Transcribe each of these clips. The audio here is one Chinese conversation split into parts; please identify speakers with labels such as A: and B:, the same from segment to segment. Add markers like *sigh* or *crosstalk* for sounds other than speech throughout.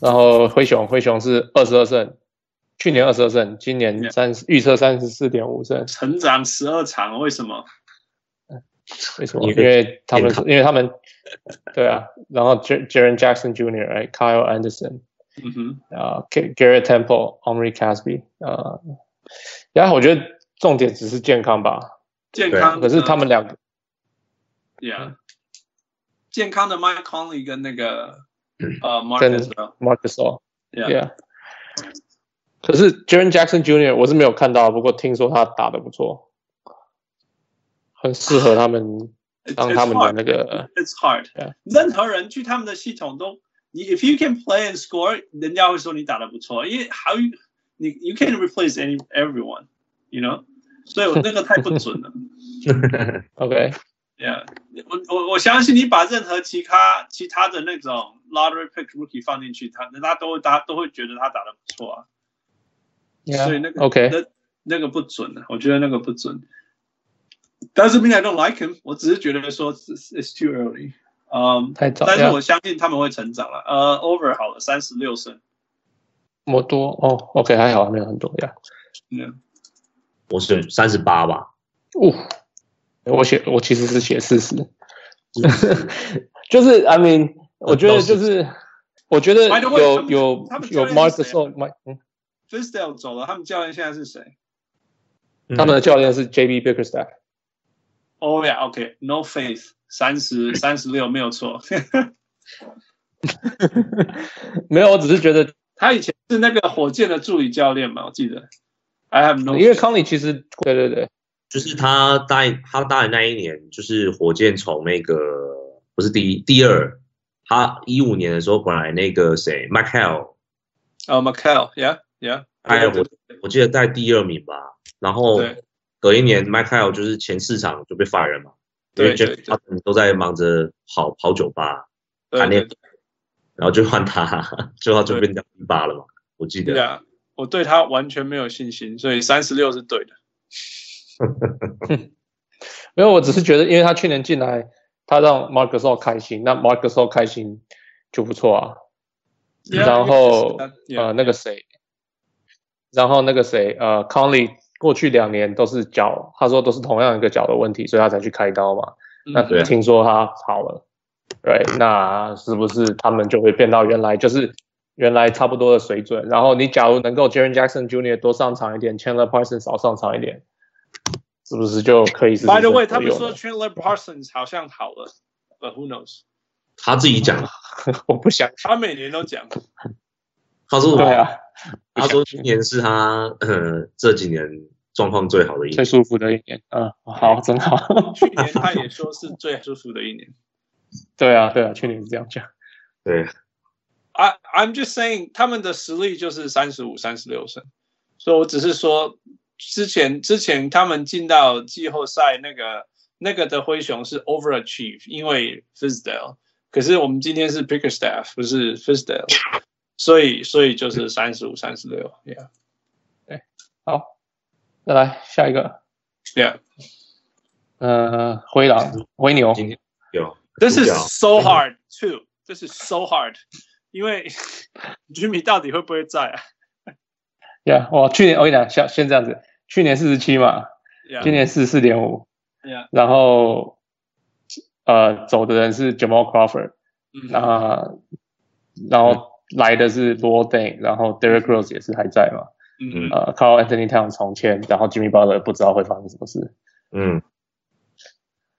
A: 然后灰熊，灰熊是二十二胜，去年二十二胜，今年三预测三十四点五胜。
B: 成长十二场，为什么？
A: 为什么？因为他们，因为他们，对啊。然后 J Jaren Jackson Jr.、right? Kyle Anderson、
B: 嗯哼，
A: 啊、uh, Garrett Temple、Omri Casby 啊、uh,，然后我觉得重点只是健康吧。
B: 健康。
A: 可是他们两个
B: ，Yeah，健康的 Mike Conley 跟那个呃
A: 跟
B: Marcus Gasol
A: Marcus All。
B: Yeah，
A: Yeah。可是 Jaren Jackson Jr. 我是没有看到，啊不过听说他打的不错，很适合他们
B: It's-
A: 当
B: it's
A: 他们的
B: hard.
A: 那个
B: It's hard.
A: Yeah.
B: 任何人去他们的系统都，你 if you can play and score，人家会说你打得不错，因为 how you 你 you can replace any everyone, you know，所以我那个太不准了。
A: OK
B: Yeah，我我我相信你把任何其他其他的那种 lottery pick rookie 放进去，他他都他都会觉得他打得不错啊。所以
A: Yeah
B: 那个
A: OK
B: 那那个不准的，我觉得那个不准。Doesn't mean I don't like him，我只是觉得说 it's it's too early。嗯，
A: 太早
B: 但是
A: yeah
B: 我相信他们会成长了。呃，over 好了，三十六胜。
A: 摩多哦 OK 还好没有很多呀。
B: 嗯，
C: 我选三十八吧，
A: 哦，我写我其实是写四
B: *laughs*
A: 十，就是 I mean 我觉得就是我觉得
B: By the way，
A: 有
B: 他们
A: 有
B: 他们教
A: 有
B: 练是
A: Marcus
B: 谁
A: All Mike，嗯
B: f i s d a l e 走了，他们教练现在是谁
C: 嗯
A: 他们的教练是 JB
B: *laughs*
A: Bickerstaff。
B: ？Oh yeah，OK，No、faith，三十三十六没有错。 *laughs*
A: 没有，我只是觉
B: *laughs*
A: 得
B: 他以前是那个火箭的助理教练嘛，我记得。I have no，
A: 因为康利其实对对对，
C: 就是他带他带的那一年，就是火箭从那个不是第一第二，他一五年的时候本来那个谁 Michael，
B: 呃 m i c a e l y e a h y e a h
C: 哎我我记得在第二名吧，然后
B: 对
C: 隔一年 Michael 就是前四场就被 fire 嘛，因为
B: 对对
C: Jeff 他们都在忙着跑跑酒吧，
B: 对
C: 谈
B: 对
C: 恋然后就换他， *laughs* 最后他就
B: 对
C: 变掉一八了嘛，我记
B: 对
C: 得。
B: 啊，我对他完全没有信心，所以三十六是对的。
A: 没有，我只是觉得，因为他去年进来，他让 Marcus All 开心，那 Marcus All 开心就不错啊。然后呃，那个谁，然后那个谁，呃，Conley 过去两年都是脚，他说都是同样一个脚的问题，所以他才去开刀嘛。那
B: 嗯对
C: 对啊
A: 听说他好了，对，那是不是他们就会变到原来就是原来差不多的水准？然后你假如能够 Jaren Jackson Jr. 多上场一点，Chandler Parsons 少上场一点，是不是就可以是
B: ，By the
A: 这个
B: way，他们
A: 作用
B: 说
A: 呢
B: Chandler Parsons 好像好了，But who knows？
C: 他自己讲，
A: *laughs* 我不想，
B: 他每年都讲，
A: *laughs*
C: 他说
A: 对啊，
C: 他说今年是他呃这几年状况最好的一
A: 最
C: 年，
A: 舒服的一年，嗯，好，真好，
B: 去年他也说是最舒服的一年。
A: 对啊，对啊，去年是这样讲，
C: 对，
B: I I'm just saying，他们的实力就是三十五、三十六胜，所以我只是说，之前之前他们进到季后赛那个那个的灰熊是 overachieve，因为 Fisdale，可是我们今天是 Picker Staff，不是 Fisdale，所以所以就是三十五、三十六，Yeah
A: 好，再来下一个，
B: Yeah。
A: 呃，灰狼，灰牛，
C: 今天有
B: This
C: 主
B: is
C: 角
B: so hard too. This is so hard，因为 *laughs* Jimmy 到底会不会在啊
A: 呀，我去年我跟你讲，像先这样子，去年四十七嘛，今
B: ？Yeah
A: 年四四点五，
B: Yeah，
A: 然后呃走的人是 Jamal Crawford，
B: 嗯
A: 那、然后来的是 l o r d a n 然后 Derrick Rose 也是还在嘛，
B: 嗯
A: 呃，Carl Anthony Town 重签，然后 Jimmy Butler 不知道会发生什么事
C: 嗯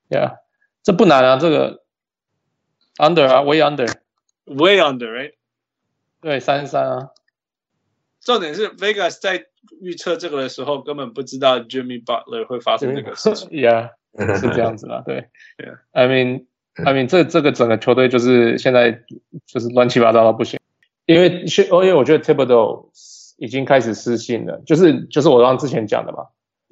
A: ，Yeah，这不难啊，这个 Under 啊，Way Under，
B: ，Way under right。
A: 对，三十三啊，
B: 重点是 Vegas 在预测这个的时候，根本不知道 Jimmy Butler 会发生这个事
A: *laughs*
B: 情。
A: ，Yeah。是
C: *laughs*
A: 这样子啦，对，I mean I mean 这这个整个球队就是现在就是乱七八糟到不行，因为是哦，因为我觉得 Thibodeau 已经开始失信了，就是就是我刚刚之前讲的嘛，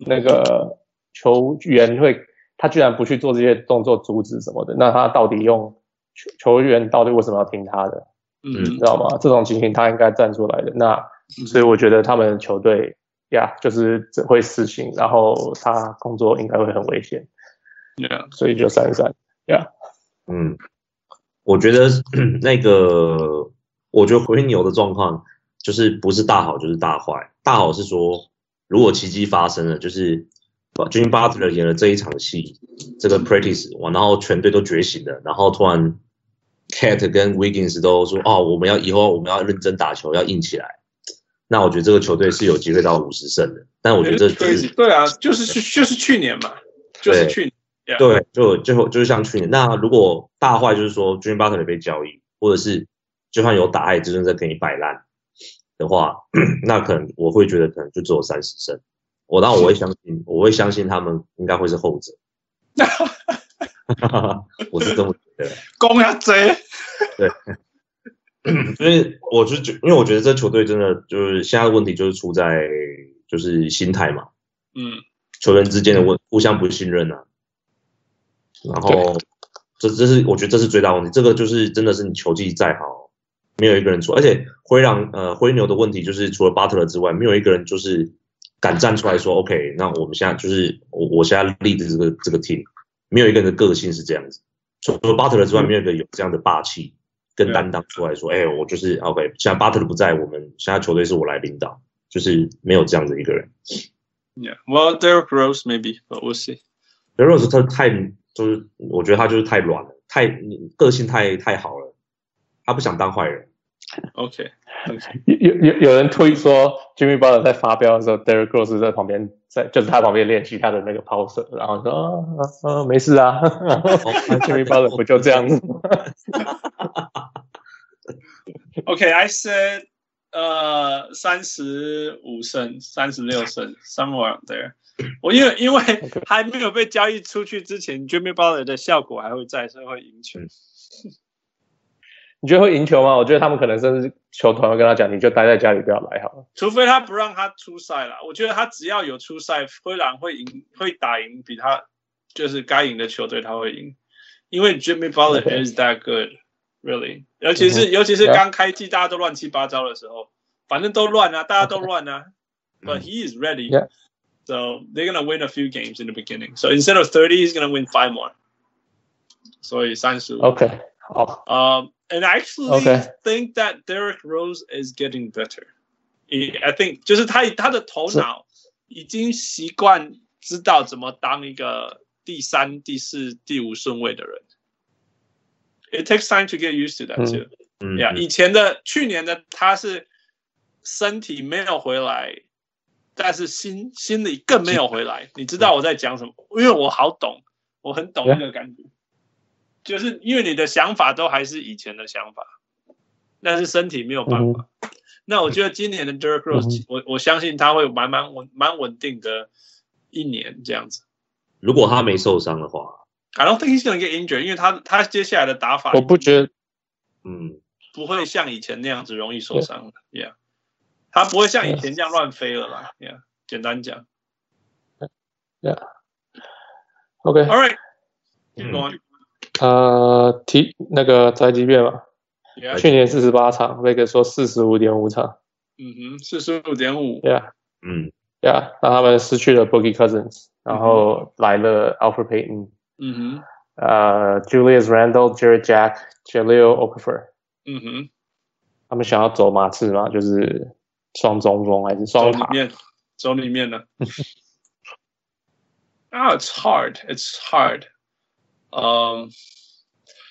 A: 那个球员会他居然不去做这些动作阻止什么的，那他到底用球球员到底为什么要听他的，你
B: 嗯
A: 知道吗？这种情形他应该站出来的，那所以我觉得他们球队呀就是只会失信，然后他工作应该会很危险。
B: ，Yeah，
A: 所以就三三。
C: *clears throat* 嗯，我觉得那个我觉得灰牛的状况就是不是大好就是大坏，大好是说如果奇迹发生了，就是呃 Jimmy Butler 演了这一场戏，这个 practice 完，然后全队都觉醒了，然后突然 Cat 跟 Wiggins 都说哦，我们要以后我们要认真打球，要硬起来。那我觉得这个球队是有机会到五十胜的，但我觉得这只是
B: 对啊，就是就是去年嘛，就是去年。Yeah.
C: 对，就最后就是像去年，那如果大坏就是说 Jimmy Butler 被交易，或者是就算有打爱之尊在给你摆烂的话 *clears throat* 那可能我会觉得可能就只有三十胜。我那我会相信，我会相信他们应该会是后者。我是这么觉得。
B: 公鸭贼。
C: 对。因为我就觉，因为我觉得这球队真的就是现在的问题就是出在就是心态嘛，
B: 嗯，
C: 球员之间的问互相不信任啊，然后这这是我觉得这是最大问题，这个就是真的是你球技再好，没有一个人出，而且灰狼呃灰牛的问题就是除了巴特勒之外，没有一个人就是敢站出来说 OK，那我们现在就是我我现在立的这个这个 team，没有一个人的个性是这样子，除了巴特勒之外，没有一个有这样的霸气。跟担当出来说，哎、欸，我就是 OK。现在巴特不在，我们现在球队是我来领导，就是没有这样的一个人。
B: Yeah, well, Derek Rose maybe, but we'll see.
C: Derek Rose 他太就是我觉得他就是太软了，太个性太太好了，他不想当坏人。
B: OK，, okay.
A: 有有有人推说 Jimmy Butler 在发飙的时候，Derek Rose 在旁边在就是他旁边练习他的那个 pose，然后说啊啊、哦哦、没事啊，Jimmy Butler 不就这样子。
B: *laughs* Okay, I said 呃三十五胜、三十六胜，somewhere there。我因为因为还没有被交易出去之前，Jimmy Butler 的效果还会在，所以会赢球。
A: *laughs* 你觉得会赢球吗？我觉得他们可能甚至球团会跟他讲，你就待在家里不要来好了。
B: 除非他不让他出赛了，我觉得他只要有出赛，灰狼会赢，会打赢比他就是该赢的球队，他会赢，因为 Jimmy Butler、okay. is that good。Really，尤其是、嗯、尤其是刚开季大家都乱七八糟的时候，反正都乱啊，大家都乱啊。But he is ready,
A: yeah.
B: so they're gonna win a few games in the beginning. So instead of thirty, he's gonna win five more. 所以三十五。
A: Okay. 好。
B: Um, and I actually okay. think that Derek Rose is getting better. I think 就是他他的头脑已经习惯知道怎么当一个第三、第四、第五顺位的人。It takes time to get used to that too.
C: 嗯
B: ，Yeah，、
C: 嗯、
B: 以前的去年的他是身体没有回来，但是心心里更没有回来。你知道我在讲什么？因为我好懂，我很懂那个感觉，就是因为你的想法都还是以前的想法，但是身体没有办法。
A: 嗯、
B: 那我觉得今年的 Derek Rose，、嗯、我我相信他会蛮蛮稳蛮稳定的一年这样子。
C: 如果他没受伤的话。
B: I don't think he's gonna get injured，因为他他接下来的打法，
A: 我不觉得，
C: 嗯，
B: 不会像以前那样子容易受伤了，Yeah，他不会像以前这样乱飞了啦，Yeah，简单讲
A: ，Yeah，OK，All
C: 嗯
A: 嗯
B: right，keep going，
A: 呃，提那个宅急便吧，
B: Yeah，
A: 去年四十八场，那个说四十五点五场，
B: 嗯哼，四十五点五
A: ，Yeah，
C: 嗯
A: ，Yeah，那他们失去了 Boogie Cousins，然后来了 Alfred Payton。
B: Mm-hmm.
A: Uh, Julius Randle、Jared Jack、Jaleel Okafor，
B: 嗯哼，
A: 他们想要走马刺吗？就是双中锋还是双
B: 塔？走里面，走里面呢？Ah,、oh, it's hard, it's hard. 嗯、um,，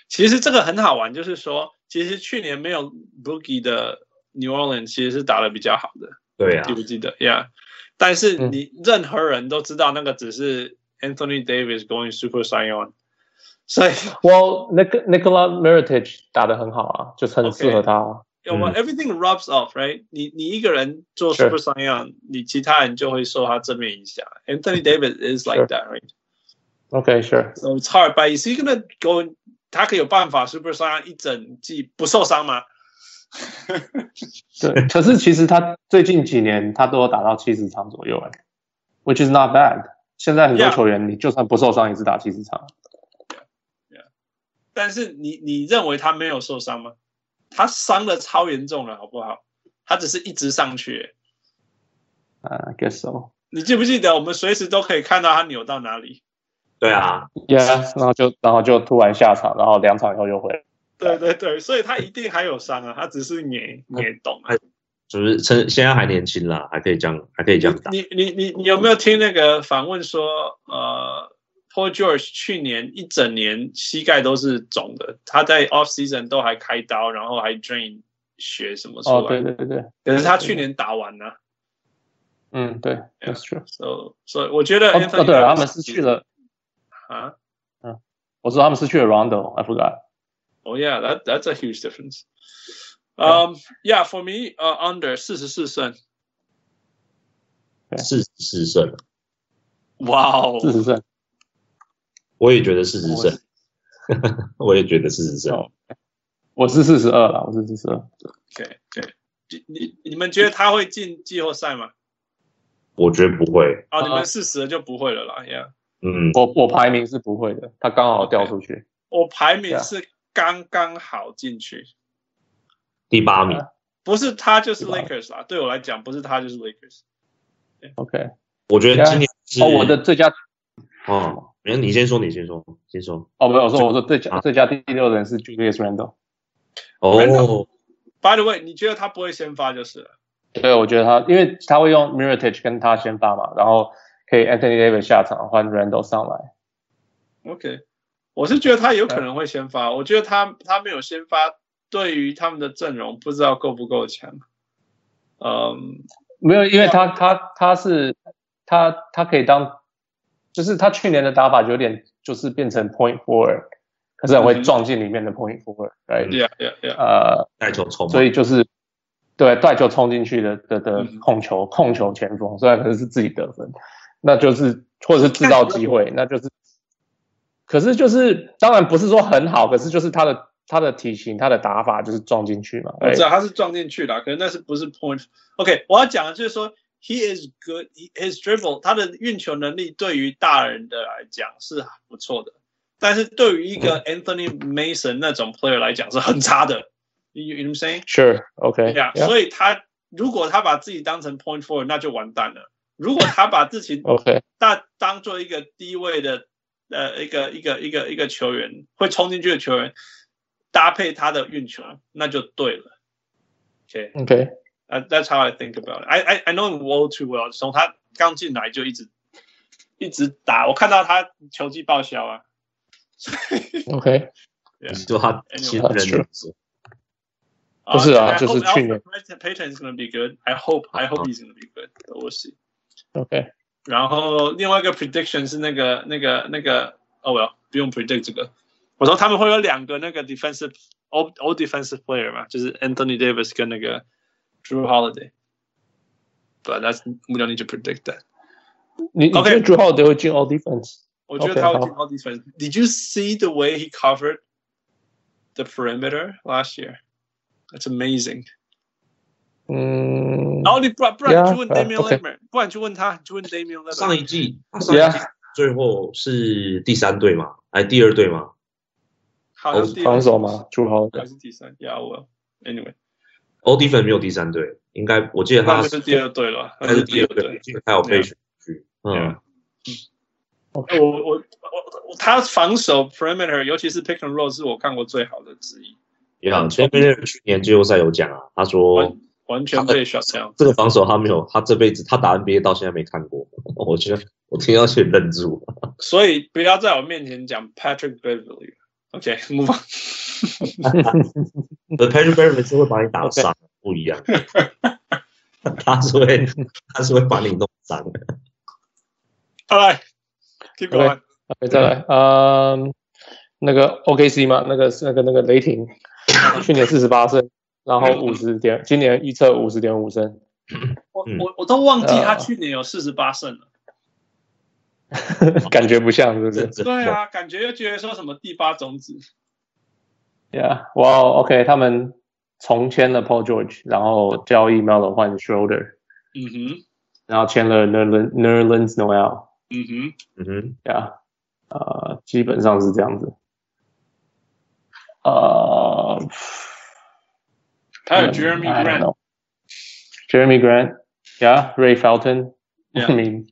B: 其实这个很好玩，就是说，其实去年没有 Boogie 的 New Orleans 其实是打的比较好的，
C: 对呀、啊，嗯
B: 记不记得？Yeah，但是你任何人都知道那个只是。Anthony Davis going super Saiyan，所以
C: 嗯
A: ，Well，那个 Nikola Mirotic 打得很好啊，就是很适合他、啊。
B: Yeah, well, everything rubs off，right？你你一个人做 super Saiyan，你其他人就会受他正面影响。Anthony Davis is like that，right?
A: Okay, sure. *laughs*
B: So it's hard, but is he gonna go？他可以有办法 super Saiyan 一整季不受伤吗？
A: 对，可是其实他最近几年他都有打到七十场左右，哎，which is not bad。现在很多球员，yeah. 你就算不受伤也是打七十场。
B: Yeah. Yeah. 但是你你认为他没有受伤吗？他伤的超严重了，好不好？他只是一直上去。
A: 啊、uh,，guess so。
B: 你记不记得我们随时都可以看到他扭到哪里？
C: 对啊
A: ，Yeah，然后就然后就突然下场，然后两场以后又回来。
B: 对对对，所以他一定还有伤啊，他只是也
A: 嗯
B: 也懂啊。
C: 就是趁现在还年轻啦，还可以这样，还可以这样打。
B: 你你你你有没有听那个访问说，呃，Paul George 去年一整年膝盖都是肿的，他在 off season 都还开刀，然后还 drain 血什么出来。
A: 哦，对对对对，
B: 可是他去年打完了、
A: 嗯，对，That's true。
B: so so 我觉得
A: 哦
B: Anthony
A: 哦，对了，他们
B: Davis
A: 失去了，
B: 啊。
A: 我知道他们失去了 Rondo，I forgot。
B: Oh yeah, that that's a huge difference. Um, yeah, for me, uh, under 四十四胜。
C: 四十胜了，
B: 哇哦，
A: 四十胜，
C: 我也觉得四十胜， *laughs* 我也觉得四十胜。
A: 哦我是四十二了，我是四十二。
B: OK OK，你你你们觉得他会进季后赛吗？
C: 我觉得不会，
B: 啊，你们
A: 啊
B: 四十了就不会了啦，Yeah。
C: 嗯，
A: 我我排名是不会的，他刚好掉出去。
B: 我排名
A: Yeah
B: 是刚刚好进去，
C: 第八名。
B: 不是他就是
A: 是吧
B: Lakers 啦，对我来讲不是他就是 Lakers。
A: OK，
C: 我觉得今年是
A: 哦，我的最佳
C: 哦，没有你先说，你先说，先说。
A: 哦，不是，我说我说最佳
C: 啊
A: 最佳第六人是 Julius Randle。
C: 哦，
B: By the way，你觉得他不会先发就是了。
A: 对，我觉得他因为他会用 Miritic 跟他先发嘛，然后可以 Anthony Davis 下场换 Randle 上来。
B: OK，我是觉得他有可能会先发，我觉得他他没有先发，对于他们的阵容不知道够不够强。嗯，
A: 没有，因为他他他是他他可以当，就是他去年的打法有点就是变成 point forward，可是很
B: 嗯
A: 会
B: 哼
A: 撞进里面的 point forward，right？、
B: yeah yeah yeah，
A: 呃，
C: 带球冲嘛，啊
A: 所以就是对带球冲进去的的的
B: 嗯哼
A: 控球控球前锋，虽然可是是自己得分，那就是或者是制造机会，那就是，可是就是当然不是说很好，可是就是他的他的体型他的打法就是撞进去嘛，
B: 我知
A: right？
B: 道他是撞进去的，可能那是不是 point。OK，我要讲的就是说，he is good, he- his dribble，他的运球能力对于大人的来讲是不错的，但是对于一个 Anthony Mason 那种 player 来讲是很差的。You you know what I'm saying？
A: Sure，OK，、
B: 对呀，啊所以他如果他把自己当成 point four，那就完蛋了。如果他把自己
A: OK，
B: 那当做一个低位的呃一个一个一个一个球员会冲进去的球员，搭配他的运球，那就对了。OK，
A: OK，
B: 呃、that's how I think about it. I I I know him well too well. 从他刚进来就一直一直打，我看到他球技报销啊。
A: OK，
C: 你说他新
A: 啊
C: 人的时候
A: 不是啊
B: I
A: 就是
B: hope
A: 去年啊
B: Alfred Payton is going to be good. I hope I hope he's going to be good. But we'll see.
A: OK，
B: 然后另外一个 prediction 是那个那个那个哦，我要不用 predict 这个。我说他们会有两个那个 defensive all all defensive player 嘛，就是 Anthony Davis 跟那个 Drew Holiday。But that's we don't need to predict that.
A: 你你
B: OK
A: 觉得朱浩德会进 All Defense？
B: 我觉得
A: OK，
B: 他会
A: 好
B: 进 all defense。Did you see the way he covered the perimeter last year? That's amazing.
A: 嗯
B: 然后你不然不然
A: Yeah，
B: 你去问 Damian
A: OK
B: Lillard，不然你去问他，你去问 Damian Lillard。
C: 上一季，他上一季
A: Yeah
C: 最后是第三队嘛，哎，第二队嘛，
B: 好像是第二
A: 防守嘛，朱浩德
B: 还。是第三？Yeah, well, anyway.
C: 欧迪芬没有第三队，应该我记得
B: 那
C: 他
B: 不是第二队了，
C: 他是第二队
B: 队。，
C: 他有被选去，嗯
B: Yeah，我我我我他防守 perimeter，尤其是 pick and roll，是我看过最好的之一，
C: 也好，前面去年季后赛有讲啊，他说
B: 完完全被 shut down。
C: 这个防守他没有，他这辈子他打 NBA 到现在没看过， *laughs* 我觉得我听到先愣住，
B: 所以不要在我面前讲 Patrick Beverly。OK，move、on。
C: *laughs*
B: *laughs*
C: The Patrick Beverly 是会把你打伤，不 *laughs* 一样。他是会，他是会把你弄伤的。
B: 好来，keep going。
A: OK，再来，嗯，那个 OKC 嘛，那个那个那个雷霆，去年四十八胜，然后五十点，今年预测五十点五胜。 *laughs*
B: 我
C: 嗯
B: 我我都忘记他
A: 呃
B: 去年有四十八胜了。
A: 感觉不像是不是
B: 对啊，感觉又觉得说什么第八种子。
A: ？Yeah，哇、wow,，OK，他们重签了 Paul George，然后交易 Melo 换 Schroeder，
B: 嗯哼，
A: 然后签了 Nerlens Nerlens Noel，Yeah，
B: 嗯哼。
C: 嗯哼，
A: 呃，基本上是这样子。呃，
B: 还有 Oh, Jeremy
A: 嗯 I don't
B: Grant，
A: know. Jeremy Grant. Yeah. Ray Felton. *laughs*
B: Yeah.
A: I mean,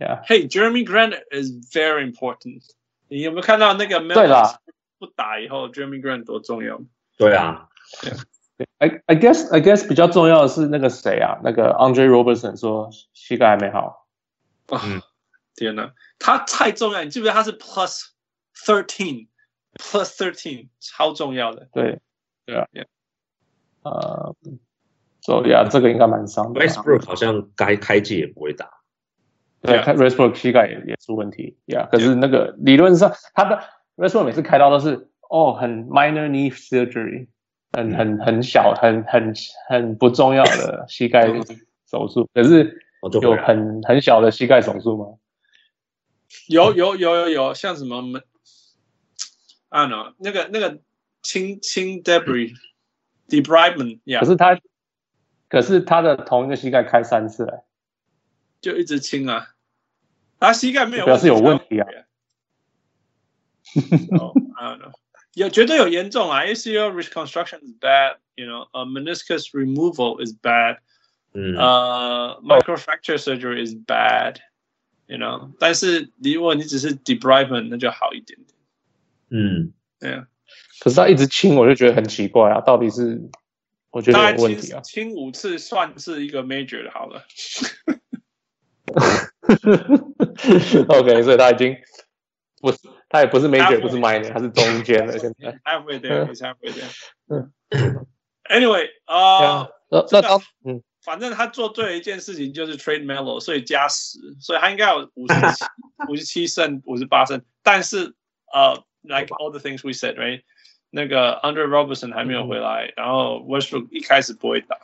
A: yeah.
B: Hey, Jeremy Grant is very important. 你有没有看到那个 Melo？
A: 对啦
B: 不打以后，Jeremy Grant 多重要。
C: 对啊，
A: I I guess I guess 比较重要的是那个谁啊，那个 Andre Robertson 说膝盖还没好，
B: 啊、
C: 嗯
B: 天哪，他太重要！你记不记得他是 plus thirteen，plus thirteen 超重要的。
A: 对，对啊
B: Yeah
A: 呃，所以啊，这个应该蛮伤的
C: w e
A: 啊。
C: s t b r o o k 好像该开季也不会打。
A: 对
B: Yeah
A: r e s b o o k 膝盖也也出问题，Yeah，可是那个理论上他的 r e s b o o k 每次开刀都是哦很 minor knee surgery，很很很小很很很不重要的膝盖手术，可是
C: 哦就回
A: 有
C: 来了
A: 很很小的膝盖手术吗？
B: 有有有有有，像什么门，I don't know，那个那个轻轻 debris，debridement，yeah，
A: 可是他，可是他的同一个膝盖开三次了，
B: 就一直轻啊。他膝盖没有，
A: 表示有问题啊。
B: so, I don't know. 有绝对有严重啊，ACL reconstruction is bad, you know, a meniscus removal is bad,
C: 嗯，
B: 呃、microfracture Uh, surgery is bad, you know. 但是如果你只是 debridement，那就好一点点。
C: 嗯，
A: 可是他一直亲，我就觉得很奇怪啊，到底是我觉
B: 大概
A: 得有问
B: 亲
A: 题啊。
B: 亲五次算是一个 major 的，好了。
A: *laughs* OK，所以他已经不是，他也不是 major，
B: Halfway
A: 不是 minor，他是中间的现在。
B: halfway there, he's halfway
A: 嗯
B: there. anyway, 呃、
A: *laughs* 那
B: 这
A: 那
B: 个
A: 他嗯，
B: 反正他做对了一件事情，就是 trade Melo，所以加十，所以他应该有五十七、五十七胜、五十八胜。但是呃、l i k e all the things we said，right？那个 Andre Robertson 还没有回来，然后 Westbrook 一开始不会打，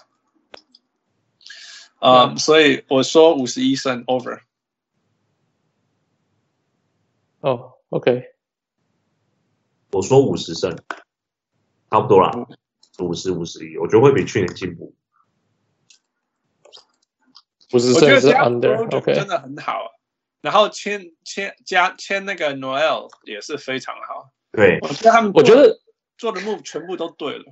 B: 呃、所以我说五十一胜 over。
A: 哦，OK，
C: 我说五十胜，差不多啦，五十五十一，我觉得会比去年进步。
A: 不是
B: 我觉
A: 甚
B: 得
A: 至
B: 加 Roger
A: under，OK，
B: 真的很好啊。然后签签加签那个 Noel 也是非常好，
C: 对，
B: 我觉得他们
A: 我觉得
B: 做的 move 全部都对了。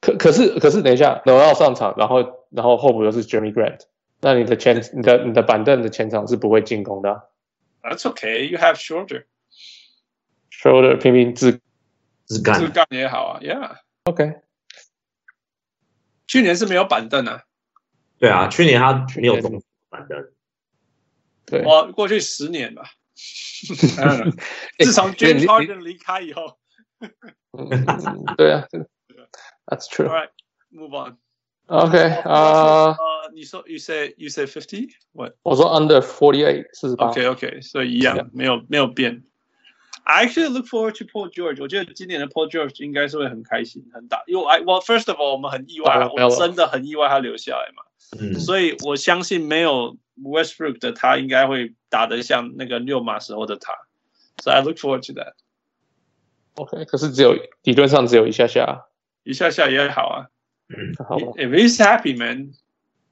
A: 可可是可是等一下，罗奥上场，然后然后后补又是 Jeremy Grant，那你的前你的你的板凳的前场是不会进攻的啊、
B: That's okay, you have shoulder，
A: s h o u l d e r 拼命自
C: 是
B: 这
C: 干。
B: 干也好啊，Yeah。 *laughs*
A: OK，
B: 去年是没有板凳啊，
C: 对啊，去年他没有中板的，
A: 对，
B: 我过去十
A: *laughs*
B: 年吧。I don't know 嗯自从 James Harden 离开以后
A: 嗯嗯对啊
B: *laughs*
A: 这个，That's
B: ，All
A: true。
B: right, move on。
A: OK 啊、
B: 呃，你说 you say you say fifty what？
A: 我说 under forty eight 四十八。
B: OK OK，所以一样
A: 啊 Yeah.
B: 没有没有变。I actually look forward to Paul George。我觉得今年的 Paul George 应该是会很开心、很大，因为 I well first of all 我们很意外啊，
A: 当然
B: 我真的很意外他留下来嘛，
C: 嗯，
B: 所以我相信没有 Westbrook 的他应该会打得像那个六马时候的他。So I look forward to that。
A: OK，可是只有理论上只有一下下，
B: 一下下也好啊
A: 好吧？
B: ，If he's happy man,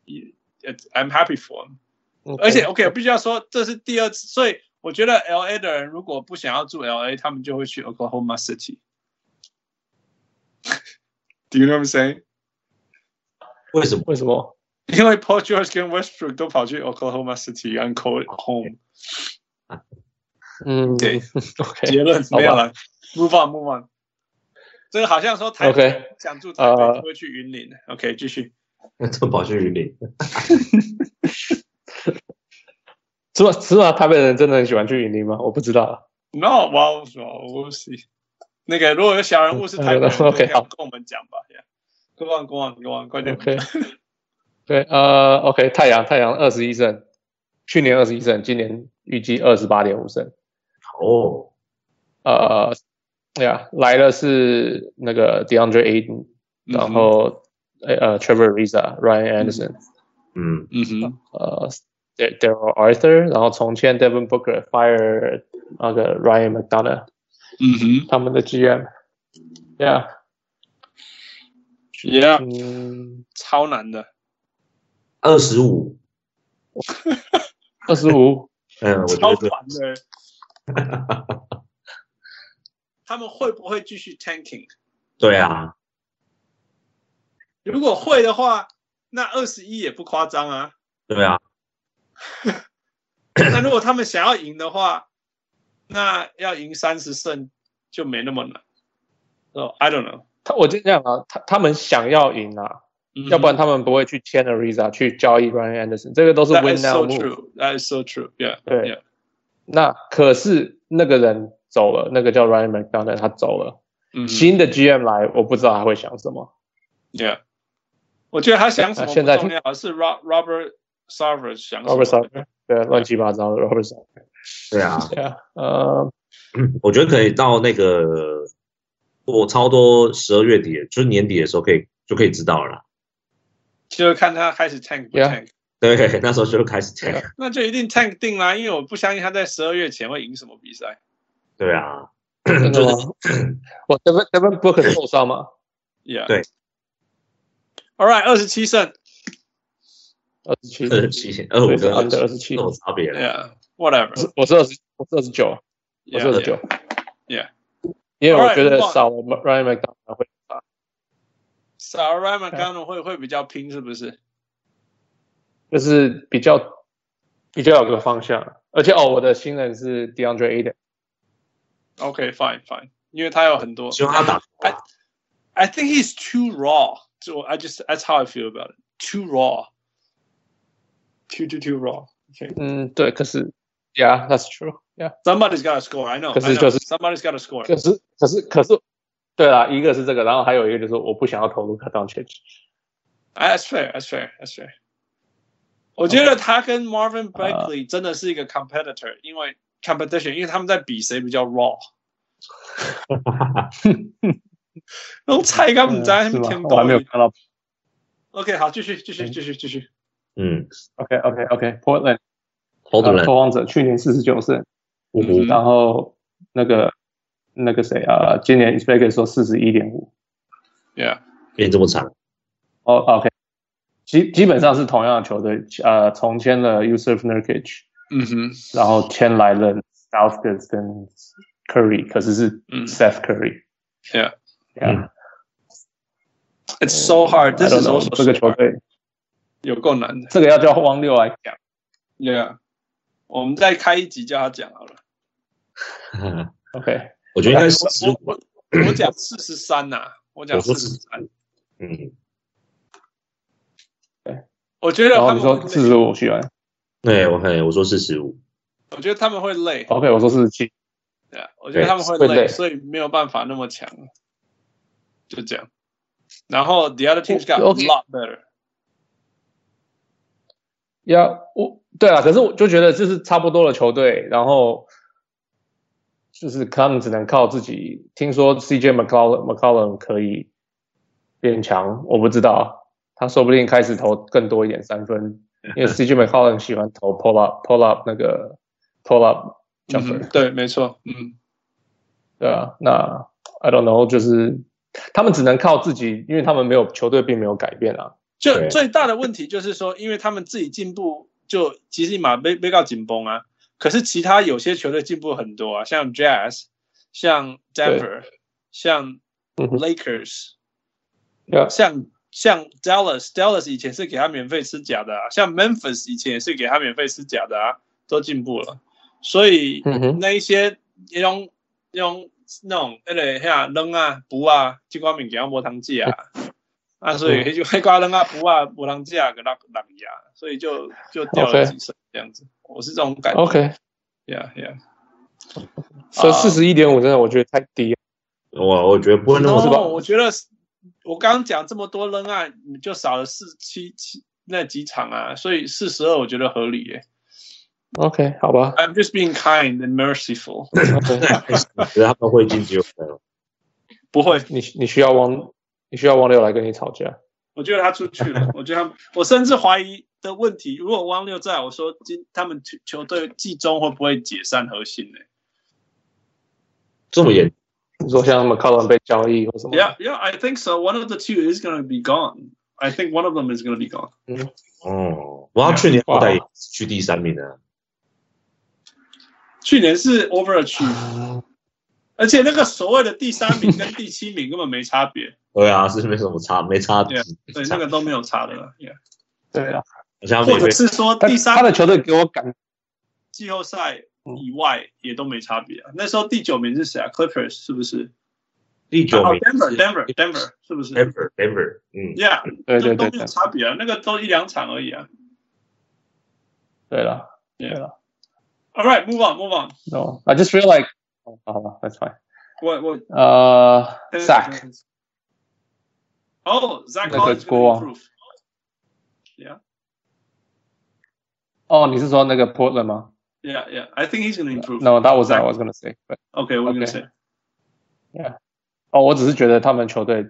B: you- it's- I'm happy for him。而且 OK，必须要说这是第二次，所以我觉得 LA 的人如果不想要住 LA，他们就会去 Oklahoma City。Do you know what I'm saying？
C: 为什么？
A: 为什么？
B: *laughs* 因为 Paul George 跟 Westbrook 都跑去 Oklahoma City and call it *laughs* home。
A: 嗯
B: 对
A: ，OK
B: 结论
A: 好吧
B: 没有了，Move on，Move on。这个好像说台
A: OK，
B: 北想住台北
A: 呃
B: 就会去云林。OK，继续。
C: 这跑去云林，
A: 是吗？是吗？台北人真的很喜欢去云林吗？我不知道。啊
B: No，哇，我我是那个如果有小人物是台北人，
A: *laughs* 嗯，OK，
B: 可以
A: 好
B: 跟我们讲吧。Go on，Go on，Go on，快点。嗯
A: OK，对，呃，OK，太阳太阳二十一胜，去年二十一胜，今年预计二十八点五胜。
C: 哦，
A: 呃，哎呀，来的是那个 DeAndre Ayton，
B: 嗯哼
A: 然后呃呃 Trevor Ariza、Ryan Anderson，
C: 嗯，
B: 嗯哼，
A: 呃 Dar- Daryl Arthur，然后重签 Devin Booker、Fire 那个 Ryan McDonough
B: 嗯哼
A: 他们的 GM。Yeah，
B: ，Yeah，
A: 嗯，
B: 超难的，
C: 二十五，
A: 二十五，
C: 嗯，我觉
B: 超
C: 得这
B: 烦的。
C: *laughs*
B: 他们会不会继续 tanking？
C: 对啊，
B: 如果会的话，那二十一也不夸张啊。
C: 对啊，
B: 那如果他们想要赢的话，那要赢三十胜，就没那么难。哦、so,，I don't know。
A: 他我就这样啊，他他们想要赢啊，
B: 嗯
A: 要不然他们不会去签 Ariza 去交易 Ryan Anderson，这个都是
B: That
A: win
B: is so
A: now move。
B: true. That is so true. Yeah.
A: 对
B: Yeah.
A: 那可是那个人走了，那个叫 Ryan McDonald 他走了，
B: 嗯
A: 新的 GM 来，我不知道他会想什么。
B: ，Yeah。我觉得他想什么
A: 啊现在
B: 不重要，是 Rob Robert Sarver 想什么
A: Robert Sarver 对，乱七八糟的 Robert Sarver。
C: 对啊，嗯
A: 对啊，呃，
C: 我觉得可以到那个我差不多十二月底，就是年底的时候可以就可以知道了啦。
B: 就是看他开始 tank 不
A: Yeah
B: tank。
C: 对， *laughs* 那时候就开始 t
B: 那就一定 tank 定啦，因为我不相信他在十二月前会赢什么比赛。
C: 对啊，
A: 真的
C: 就
A: 吗哦
C: 是？
A: 我 Devin Devin Booker 受伤吗？
B: Yeah。
C: 对。
B: All right，二十七胜。
A: 二十七，
C: 二十七、二五
A: 对是
C: 跟二
A: under
C: 十
A: 二
C: 七啊
A: 十七
C: 这，种差别了。
A: 我
B: Yeah，whatever。
A: 是我是二十，我是二十九，我是二
B: Yeah，
A: 十九
B: Yeah。
A: 因为我觉
B: Alright,
A: 得
B: move on
A: 少了 Ryan McDonald 会
B: 少 r a m a g a n 会会比较拼，是不是？
A: 就是比较比较有个方向，而且哦，我的新人是 DeAndre Aiden，
B: OK fine fine，因为他有很多。
C: 希望他打
B: I I think he's too raw. So I just that's how I feel about it. Too raw. Too too too raw. Okay.
A: 嗯，对，可是，Yeah，that's true，Yeah，
B: Somebody's got to score. I know. I
A: 可是
B: know.
A: 就是
B: somebody's got to score.
A: 可是可是可是，对啦，一个是这个，然后还有一个就是我不想要投入 c a d o n c h i c
B: Ah, That's fair. That's fair. That's fair. 我觉得他跟
A: Uh。
B: Marvin Bagley 真的是一个 competitor，、因为 competition，因为他们在比谁比较 raw。那种菜干不在，
A: 嗯是吗
B: 天？
A: 我还没有看到。
B: OK，好，继续，继续，继续，继续。
C: *laughs* 嗯，
A: OK OK OK，Portland
C: 好的人
A: 呃拓荒者去年四十九胜，
C: 五湖
B: 嗯
A: 然后那个那个谁啊，今年 s p e c t 说四十一点五，
B: Yeah，
C: 变这么长， *laughs*
A: 哦，OK，基基本上是同样的球队，呃，重签了 Yusuf Nurkic，
B: 嗯哼，
A: 然后签来了 Southgate 跟 Curry，可是是
B: 嗯
A: Seth Curry。
B: Yeah.
A: Yeah.
B: It's so
A: I
B: hard. This
A: don't
B: is
A: know，
B: also
A: 这个球队，
B: 有够难的。
A: 这个要叫汪六来讲。
B: Yeah，我们再开一集叫他讲好了。
A: OK，
C: 我觉得应该是十
B: 我
C: 五
B: 哎我
C: 吧。
B: 我我讲四十三呐，我讲
C: 我
B: 四
C: 说
B: 十三。
C: 嗯，
B: 我觉得
A: 然
B: 啊
A: 后
B: 他们
A: 你说
B: 会
A: 四
B: 累
A: 十五喜欢
C: 对，我看我说是十五，
B: 我觉得他们会累，
A: ，OK，我说四十七。
B: 对啊，我觉得他们会
A: 哦会
B: 累，
A: 累
B: 所以没有办法那么强，就这样。然后 the other teams got a
A: OK
B: lot better，
A: 呀，我对啊，可是我就觉得这是差不多的球队，然后就是他们只能靠自己。听说 CJ McCollum McCollum 可以变强，我不知道，他说不定开始投更多一点三分，因为 CJ McCollum 喜欢投 pull up pull up 那个 pull up jumper，、
B: 嗯对，没错，嗯
A: 对啊，那 I don't know，就是他们只能靠自己，因为他们没有球队并没有改变啊，
B: 就
C: 对
B: 最大的问题就是说，因为他们自己进步，就其实马被被告紧绷啊。可是其他有些球队进步很多啊，像 Jazz，像 Denver，像
A: 嗯哼
B: Lakers，
A: 对啊，
B: 像像 Dallas，Dallas 以前是给他免费吃假的、啊，像 Memphis 以前也是给他免费吃假的啊，都进步了。所以
A: 嗯哼，
B: 那一些用用那种那个遐扔啊、补啊，即款物件无通食啊。啊，所以迄就迄挂扔啊、补啊，无通食，给落落去啊，所以就就掉了
A: OK
B: 几升这样子。我是这种感觉。
A: OK，
B: Yeah, yeah.
A: 所以
B: 啊
A: 四十一点五真的我觉得太低了，
C: 我我觉得不会那么
A: 是
B: No，
A: 吧
B: 我觉得是我刚刚讲这么多扔啊，你就少了四七七那几场啊，所以四十二我觉得合理耶。
A: OK，好
B: *coughs*
A: 吧
B: I'm just being kind and merciful 。 *laughs*
A: ，OK。
C: 我觉得他们会进季后赛了。
B: 不会，
A: 你你需要汪，你需要汪六来跟你吵架。
B: 我觉得他出去了。我觉得他，我甚至怀疑的问题，如果汪六在，我说今他们球球队季中会不会解散核心呢
C: 这么严，
A: 你说像 McCollum 被交易或什么
B: Yeah, yeah, I think so. One of the two is going to be gone. I think one of them is going to be gone.
C: 哦，我要去年好歹也是去第三名啊。
B: 去年是 overachieve，而
A: 啊
B: 且那个所谓的第三名跟第七名根本没差别。
C: 对啊，是没什么差，没差几
B: Yeah，对，那个都没有差的了。Yeah.
A: 对啊，
C: 好像
B: 或
C: 没
B: 者
C: 被
B: 是说
A: 他嗯
B: 第
A: 他
B: 三
A: 的球队给我感
B: 季后赛以外也都没差别啊。那时候第九名是谁啊？Clippers 是不是？
C: 第九
B: 哦
C: 名
B: ，Denver Denver Denver 是不是
C: Denver Denver，嗯，
B: ？Yeah，
A: 对
B: 这
A: 对对
B: 都没
A: 对
B: 有，差别啊，那个都一两场而已啊。
A: 对了，对
B: Yeah
A: 了
B: All right, move on, move on.
A: No, I just feel like 哦好了，That's fine.
B: 我我
A: 呃，Sack，
B: 哦，Zach
A: 那个
B: Collins
A: 国王
B: improve
A: 哦，你是说那个 Portland 吗
B: Yeah, yeah. I think he's gonna improve.
A: ？No, that was not what I was gonna say. but-
B: Okay, we're gonna
A: Okay.
B: say.
A: 哦，我只是觉得他们球队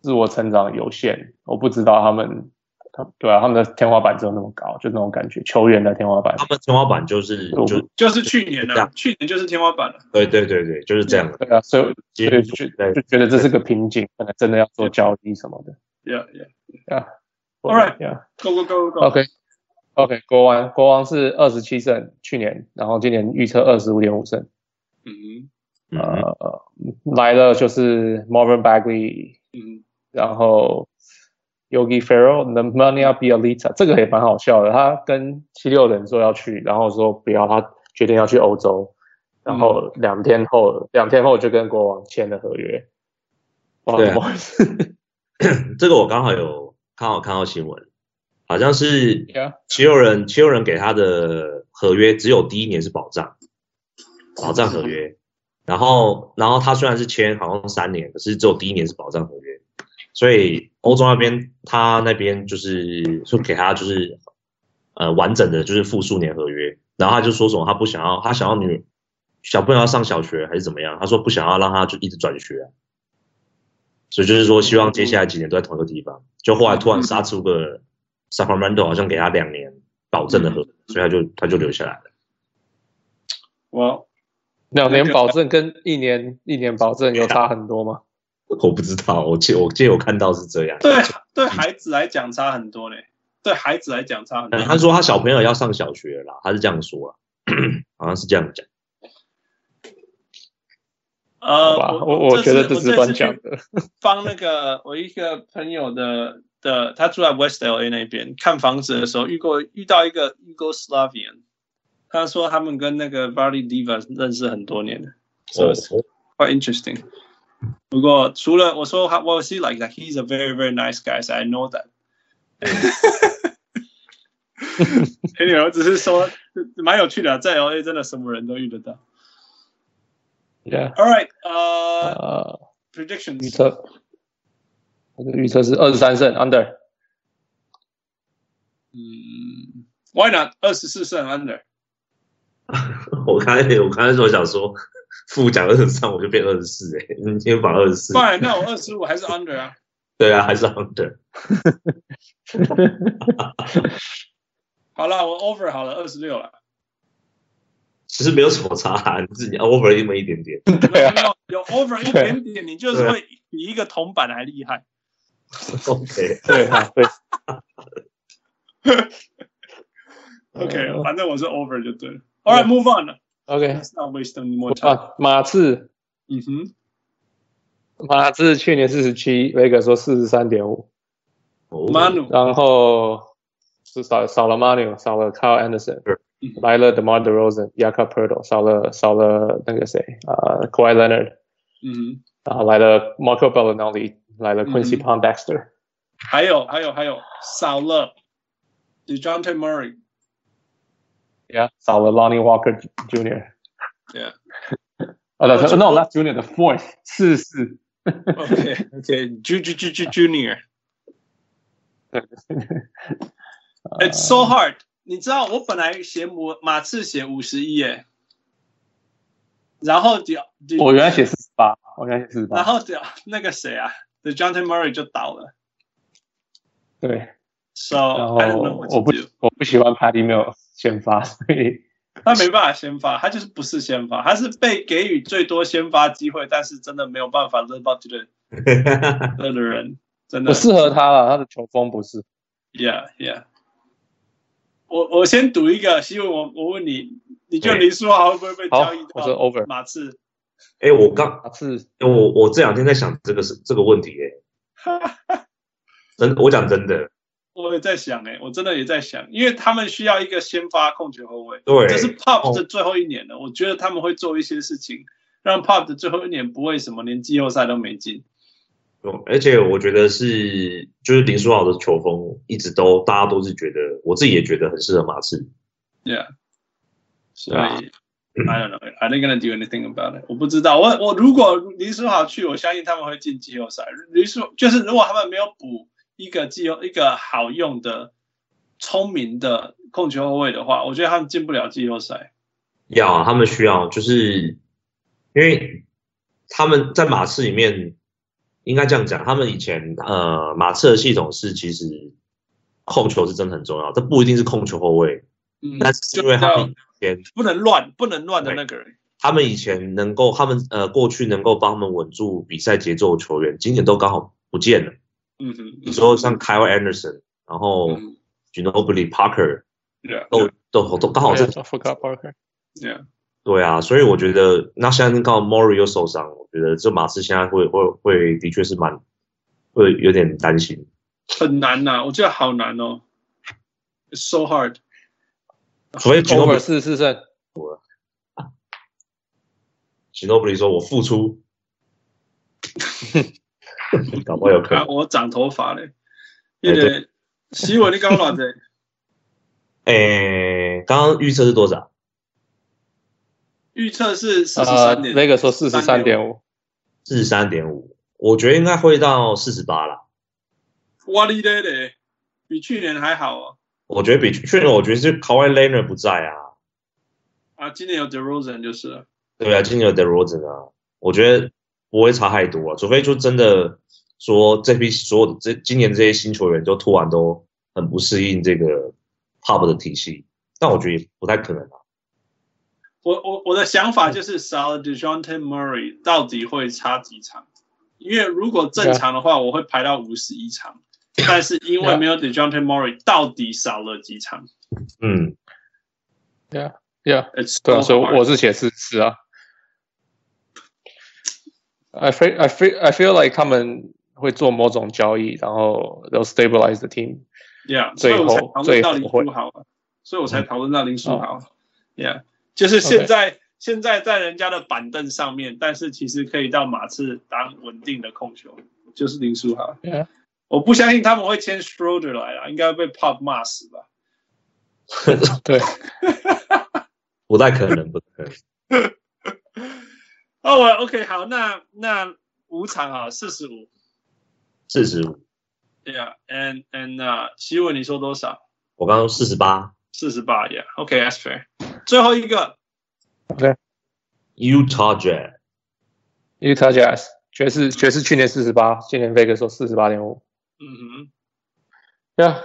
A: 自我成长有限，我不知道他们，他对啊，他们的天花板只有那么高，就那种感觉，球员的天花板
C: 他。们天花板就是
A: 我不
C: 就
B: 就是去年的、
C: 这样
B: 去年就是天花板了。
C: 对对对对，就是这样
A: *laughs*
C: 的。
A: 对啊，所以
C: 其
A: 所以
C: 实
A: 就
C: 对
A: 就觉得这是个瓶颈，可能真的要做交易什么的。
B: Yeah, yeah.
A: All
B: Alright.
A: yeah.
B: Go, go, go, go.
A: OK OK，国王国王是二十七胜，去年，然后今年预测二十五点五胜。
B: 嗯
C: 嗯，
A: 呃，来了就是 Marvin Bagley，
B: 嗯，
A: 然后 Yogi Ferrell、n e m a n i a Bialita，这个也蛮好笑的。他跟七六人说要去，然后说不要，他决定要去欧洲。然后两天后，两天后就跟国王签了合约。哇，
C: 对
A: 怎
C: 啊
A: 么回事
C: 这个我刚好有刚好看到新闻，好像是
A: ？Yeah，
C: 七六人七六人给他的合约只有第一年是保障，保障合约。然后然后他虽然是签好像三年，可是只有第一年是保障合约，所以欧洲那边他那边就是就给他就是呃完整的就是复数年合约。然后他就说什么他不想要他想要女小朋友要上小学还是怎么样，他说不想要让他就一直转学啊、所以就是说希望接下来几年都在同一个地方。就后来突然杀出个 Sacramento 好像给他两年保证的合约，所以他就他就留下来了。
B: 我
A: 两年保证跟一年一年保证有差很多吗？
C: 我不知道，我记我记得我看到是这样。
A: 嗯
B: 对对孩子来讲差很多嘞，对孩子来讲差很多
C: 嗯，。他说他小朋友要上小学了啦，他是这样说啦， *clears throat* 好像是这样讲。
B: 呃，
A: 好吧，
B: 我
A: 我觉得
B: 这
A: 这只
B: 次
A: 是
B: 我这
A: 乱
B: 次
A: 讲
B: 去
A: 的。 *laughs*
B: 帮那个我一个朋友的的，他住在 West LA 那边看房子的时候，遇过遇到一个 Yugoslavian，他说他们跟那个 Vardy Diva 认识很多年了，so it's
C: 哦
B: quite interesting。不过除了我说他，what was he like? Like he's a very very nice guy. So I know that. anyway，我只是说蛮有趣的啊、在 LA 真的什么人都遇得到。
A: Yeah，
B: All right，呃、
A: 呃，
B: p r e d i c t i o n
A: 预
B: s
A: 测，我的预测是二十三胜 under。
B: 嗯，Why not？二十四胜 under。
C: 我 *laughs* 刚才我刚才说想说负讲二十三，我就变二十四哎，你今天把二十四，
B: Fine，那我二十五还是 under 啊？
C: 对啊，还是 under。
B: 好了，我 over 好了，二十六了。
C: 其实没有什么差、啊，你自己 over 那么一点点。
A: *laughs* 对啊
B: 没有有 over 一
A: 对
B: 点点，你就是会比一个铜板还厉害。
C: OK，
A: 对啊，对
B: OK，
A: 嗯
B: 反正我是 over 就对了。All right, move on.
A: OK，
B: Let's not waste any more time.
A: 啊，马刺，
B: 嗯哼，
A: 马刺去年四十七，维格说四十三点五，
C: 哦 *laughs*
B: Manu，
A: 然后是少少了 Manu，少了 Kyle Anderson，
C: 是
B: 嗯
A: 来了 DeMar DeRozan、Jakob Pertl，少了少了那个谁啊、k a w h i Leonard，
B: 嗯哼，
A: 然啊后来了 Marco Bellinelli，来了 Quincy
B: 嗯
A: Pondexter，
B: 还有还有还有，少了 Dejounte
A: *laughs*
B: Murray。
A: Yeah，少了 Lonnie Walker Jr.
B: *laughs*
A: *laughs*
B: Yeah.
A: 哦、oh, that's no, not Junior, the fourth，四四。
B: OK OK，Ju Ju Ju Ju Junior。It's
A: 啊
B: so hard。你知道我本来写母马刺写五十一耶，然后 De
A: 我原来写四十八，我原来写四十
B: 然
A: 八。
B: 后屌那个谁啊，The Jonathan Murray 就倒了
A: 对，
B: ，So
A: 然后
B: 哦 I don't know
A: 我
B: what
A: 不
B: to do。
A: 我不喜欢 Patty Mills 先发，所以
B: 他没办法先发，他就是不是先发，他是被给予最多先发机会，但是真的没有办法 live up to the 的人，真的
A: 不适合他了，他的球风不是。
B: Yeah Yeah。我我先赌一个，希望我我问你，你觉得
C: 对
B: 林书豪会不会被
A: 好
B: 交易，
A: 我说
B: 到
A: over，
B: 马刺？
C: 哎、我刚
A: 马刺
C: 我我这两天在想这个是这个问题哎、真的我讲真的，
B: 我也在想哎、我真的也在想，因为他们需要一个先发控球后卫，
C: 对，
B: 这是 Pop 的最后一年了，我觉得他们会做一些事情，让 Pop 的最后一年不会什么连季后赛都没进。
C: 哦而且我觉得是，就是林书豪的球风一直都大家都是觉得，我自己也觉得很适合马刺。
B: 所以、
C: 对啊
B: I don't know, I didn't gonna do anything about it。我不知道，我我如果林书豪去，我相信他们会进季后赛。林书就是如果他们没有补一个季后一个好用的、聪明的控球后卫的话，我觉得他们进不了季后赛。
C: 要啊，他们需要，就是因为他们在马刺里面，应该这样讲，他们以前呃马刺的系统是其实控球是真的很重要，这不一定是控球后卫，
B: 嗯，
C: 但是
B: 就
C: 因为他们
B: 叫
C: 以前
B: 不能乱、不能乱的那个人。
C: 他们以前能够他们呃过去能够帮他们稳住比赛节奏的球员，今年都刚好不见了。
B: 嗯哼，
C: 你说像 Kyle Anderson，然后
B: 嗯
C: Ginobili Parker
B: ，Yeah，
C: 都都都刚好在
A: forgot Parker。
B: Yeah，
C: 对啊，所以我觉得那现在刚好 Mori 又受伤，我觉得这马刺现在会会会的确是蛮会有点担心。
B: 很难呐、我觉得好难哦，It's so hard。
C: 所以
A: Over
C: Ginobili
A: 四四胜，
C: Ginobili 说我付出，搞不好有可
B: *laughs* 啊，
C: 能。
B: 我长头发嘞，
C: 哎
B: 因为洗我你搞乱的，
C: 诶、刚刚预测是多少？
B: 预测是四十
A: 呃
B: 三点，
A: ，Vega 说四十三点五，
C: 四十三点五，我觉得应该会到四十八啦。
B: 哇哩嘞嘞，比去年还好哦。
C: 我觉得比去年，我觉得是 Kawhi Leonard 不在啊，
B: 啊，今年有 DeRozan 就是了，
C: 对啊，今年有 d e r o z a 啊，我觉得不会差太多啊，除非就真的说这批所有的这今年这些新球员就突然都很不适应这个 Pub 的体系，但我觉得也不太可能啊。
B: 我我我的想法
A: 嗯
B: 就是 s a l d e j o n t e Murray 到底会差几场？因为如果正常的话，我会排到五十一场，但是因为
A: Yeah
B: 没有 d e j o n t e Murray，到底少了几场
C: 嗯，
A: ，Yeah，
B: ？It's
A: 对啊，
B: so
A: 所以
B: hard
A: 我是写四四啊。I feel I feel I feel like 他们会做某种交易，然后 they'll stabilize the team。
B: Yeah，所以
A: 最
B: 我
A: 后
B: 才讨论到
A: 最后嗯
B: 林
A: 哦
B: 书豪啊，所以我才讨论到林书豪啊。Yeah，就是现在现在在人家的板凳上面，但是其实可以到马刺当稳定的控球，就是林书豪。
A: Yeah
B: 我不相信他们会签 Stroder 来啊，应该会被 Pop 骂死吧？
A: 对，
C: 不太可能，不太可能。
B: 哦，我 OK 好，那那五场啊，四十五。
C: 四十五，
B: Yeah，and and 啊、希文你说多少？
C: 我刚刚四十八
B: 四十八，Yeah，OK，that's、fair。最后一个
C: ，Utah Jazz，
A: Utah Jazz 爵士爵士去年四十八，今年 Vega 说四十八点五。
B: 嗯
A: Yeah，
B: 哼，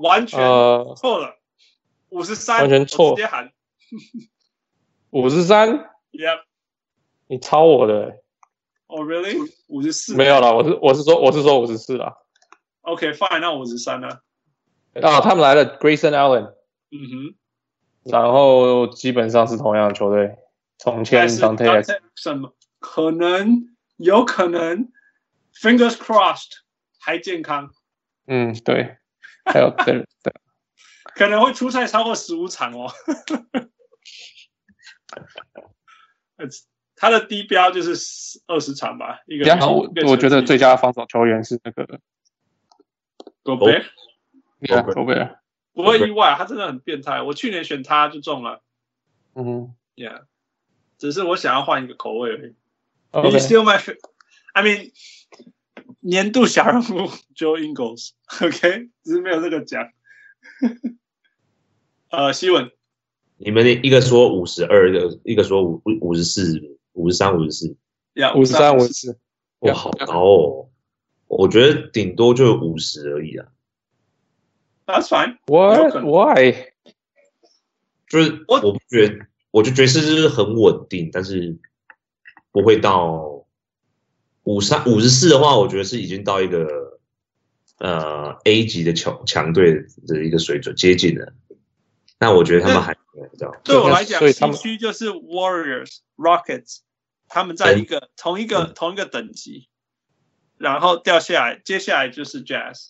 B: 完全
A: 呃，
B: 错了，五十三，
A: 完全错
B: 我直接喊
A: 五十三，
B: ，Yep，
A: 你超我的、欸。
B: 哦、oh,，Really，五十四，
A: 没有啦，我是我是说我是说五十四啦。
B: ，OK，Fine，、那五十三呢？
A: 啊，他们来了 Grayson Allen，
B: 嗯哼，
A: 然后基本上是同样的球队，重签
B: 但是
A: Dante Exum
B: 什么可能，有可能，Fingers crossed，还健康，
A: 嗯，对，还有对对，
B: 可能会出赛超过十五场哦。It's- 他的低标就是二十场吧，一个。
A: 然后我
B: 一个
A: 我觉得
B: 成绩
A: 最佳防守球员是那个哦
B: Gobert
A: 尼亚
C: Gobert
A: 戈贝尔，
B: 不会意外，他真的很变态。我去年选他就中了
A: 嗯
B: ，Yeah，只是我想要换一个口味而已。Did
A: ，OK，
B: you steal my? fi- I mean，年度小人物 Joe *laughs* Ingles，OK，、只是没有这个奖。 *laughs* 呃，希文，
C: 你们一个说五十二，一个一个说五五十四，五十三，五十四，
B: 呀，
A: 五十三五十
B: 五十，
A: 四，
C: 哇，
A: Yeah.
C: 好高哦！我觉得顶多就五十而已啊。
B: That's fine。有
A: What
B: 可能
A: why？
C: 就是
B: 我
C: 我不觉得，我就爵士就是很稳定，但是不会到五三五十四的话，我觉得是已经到一个呃 A 级的强强队的一个水准接近了。那我觉得他们还没有到，
B: 对我来讲，
A: 所以他
B: 西
A: 们
B: 区就是 Warriors、Rockets，他们在一个同一个同一个等级，然后掉下来，接下来就是 Jazz。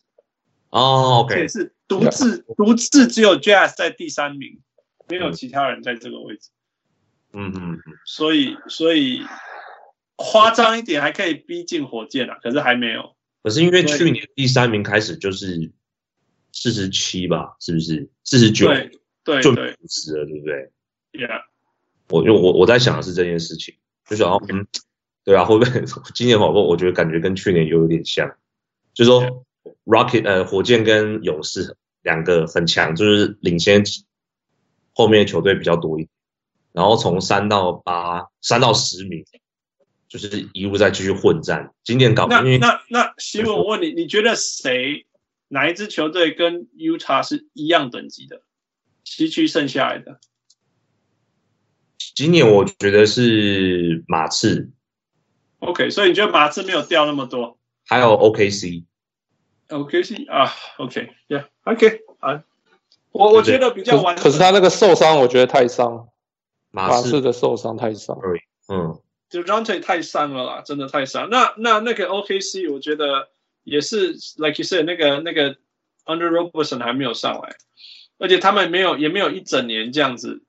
C: 哦，OK，
B: 这也是独自独自只有 Jazz 在第三名，没有其他人在这个位置，
C: 嗯嗯，
B: 所以所以夸张一点还可以逼近火箭啊，可是还没有。
C: 可是因为去年第三名开始就是四十七吧，是不是？四十九，
B: 对对
C: 就
B: 对
C: 五十了，对不对？
B: ，Yeah，
C: 我就我我在想的是这件事情，就想要嗯，对啊，会不会今年火锅？我觉得感觉跟去年有点像，就是说 Rocket 呃火箭跟勇士两个很强，就是领先后面球队比较多一点，然后从三到八、三到十名，就是一路在继续混战。今年搞
B: 那
C: 因为
B: 那那希文，我问你，你觉得谁哪一支球队跟 Utah 是一样等级的？西区剩下来的，
C: 今年我觉得是马刺
B: OK，所以你觉得马刺没有掉那么多
C: 还有 OKC，
B: ？OK 是啊，OK，Yeah，OK 啊，我我觉得比较
A: 可
B: 完
A: 可是他那个受伤，我觉得太伤，
C: 马
A: 马刺
C: 刺
A: 的受伤太伤。
C: 嗯
B: d u r a n t 太伤了啦，真的太伤。那那那个 OKC 我觉得也是，like you said，那个那个 Under Robertson 还没有上来，而且他们没有也没有一整年这样子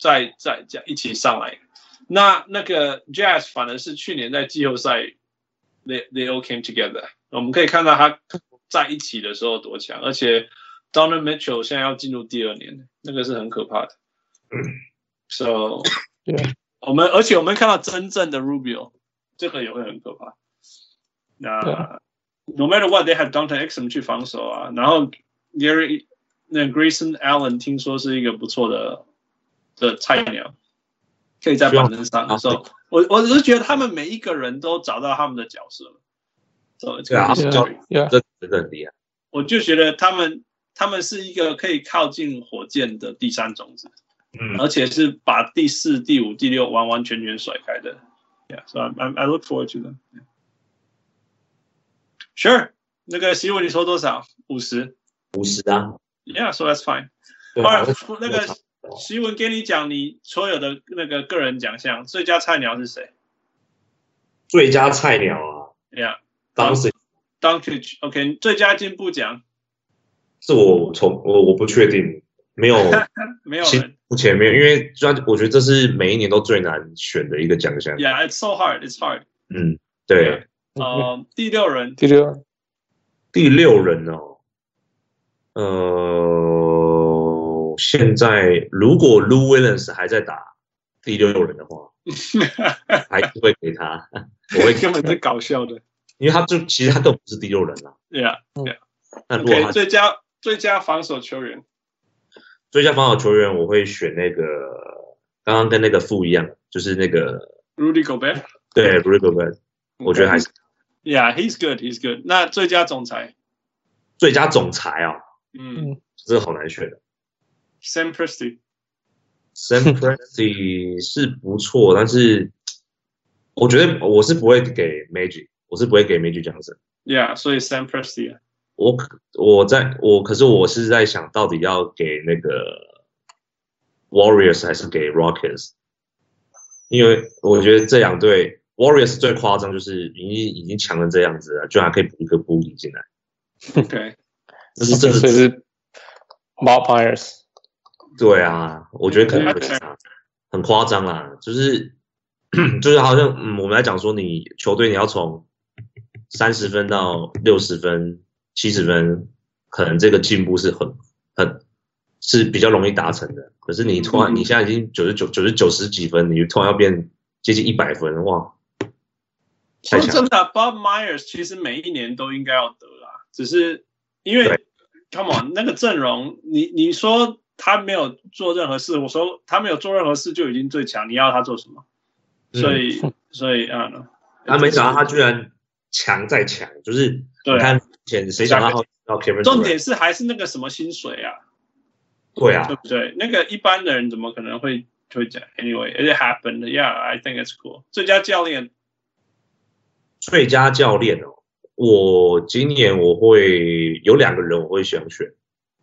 B: 在在在一起上来。那那个 Jazz 反而是去年在季后赛，they they all came together，我们可以看到他在一起的时候多强，而且 Donovan Mitchell 现在要进入第二年，那个是很可怕的。So
A: 对，
B: 我们而且我们看到真正的 Rubio，这个也会很可怕。那
A: 对啊
B: No matter what，they have Downton Exum 去防守啊，然后 Gary 那 Grayson Allen 听说是一个不错的的菜鸟，可以在板凳上的时候，我我只是觉得他们每一个人都找到他们的角色了。So it's
C: 对
B: gonna
C: 啊
B: be
C: 他
B: scary，
C: 们找
A: Yeah，
C: 这这个很厉害。
B: 我就觉得他们他们是一个可以靠近火箭的第三种子。
C: 嗯
B: 而且是把第四、第五、第六完完全全甩开的。Yeah, so I'm, I'm, I look forward to them. Yeah. Sure，那个希文你说多少？五十。
C: 五十啊，
B: Yeah, so that's fine.
C: 对
B: 当
C: 啊
B: 然，哦那个
C: 哦
B: 希文给你讲你所有的那个个人奖项，最佳菜鸟是谁
C: 最佳菜鸟
B: 哦
C: 啊，
B: ？Yeah,
C: 当时
B: d u n c a g e OK，最佳进步奖
C: 是我从我我不确定，没有
B: *laughs* 没有
C: 其
B: 人。
C: 目前没有，因为虽然我觉得这是每一年都最难选的一个奖项。
B: Yeah, it's so hard. It's hard.
C: 嗯，对，
B: 呃，第六人
A: 第六
C: 第六人哦，呃，现在如果 Lou Williams 还在打第六人
B: *laughs*
C: 的话，还是会给他，我会，
B: 根本是搞笑的。
C: 因为他就其实他根本不是第六人啦、
B: Yeah,
C: 那如果
B: OK，
C: 他
B: 最佳最佳防守球员。
C: 最佳防守球员，我会选那个刚刚跟那个副一样，就是那个
B: Rudy Gobert。
C: 对 b r i g b e r 我觉得还是
B: Yeah, he's good, he's good. 那最佳总裁，
C: 最佳总裁啊、哦，
B: 嗯
A: 嗯
C: 这个好难选的。
B: ，Sam Presti。
C: Sam Presti 是不错，但是我觉得我是不会给 Magic，我是不会给 Magic 奖的。
B: Yeah，所以 Sam Presti 啊
C: 我可我在我可是我是在想到底要给那个 Warriors 还是给 Rockets，因为我觉得这两队 Warriors 最夸张，就是已经已经强成这样子了，居然还可以补一个 b o o g 进来，
B: ，OK，
C: 这是这
A: 所以
C: 是
A: 是 Mark Myers。
C: 对啊，我觉得可能
B: 嗯
C: 会是他很夸张啦，就是 *clears throat* 就是好像嗯，我们来讲说你球队你要从三十分到六十分、七十分，可能这个进步是很很是比较容易达成的。可是你突然
B: 嗯
C: 你现在已经九十九九十九十几分，你突然要变接近一百分，哇！
B: 说
C: 太强
B: 真的，Bob Myers 其实每一年都应该要得啦，只是因为
C: 对
B: ，Come on，那个阵容，你你说他没有做任何事，我说他没有做任何事就已经最强，你要他做什么？
C: 嗯
B: 所以所以啊，I don't know
C: 他没想到他居然强再强，就是
B: 对啊
C: 你看以前谁想到他会到 Kevin，Durant，
B: 重点是还是那个什么薪水啊，
C: 对啊
B: 对，不对？那个一般的人怎么可能会会讲？Anyway, it happened. Yeah, I think it's cool. 最佳教练
C: 最佳教练哦，我今年我会有两个人我会想选，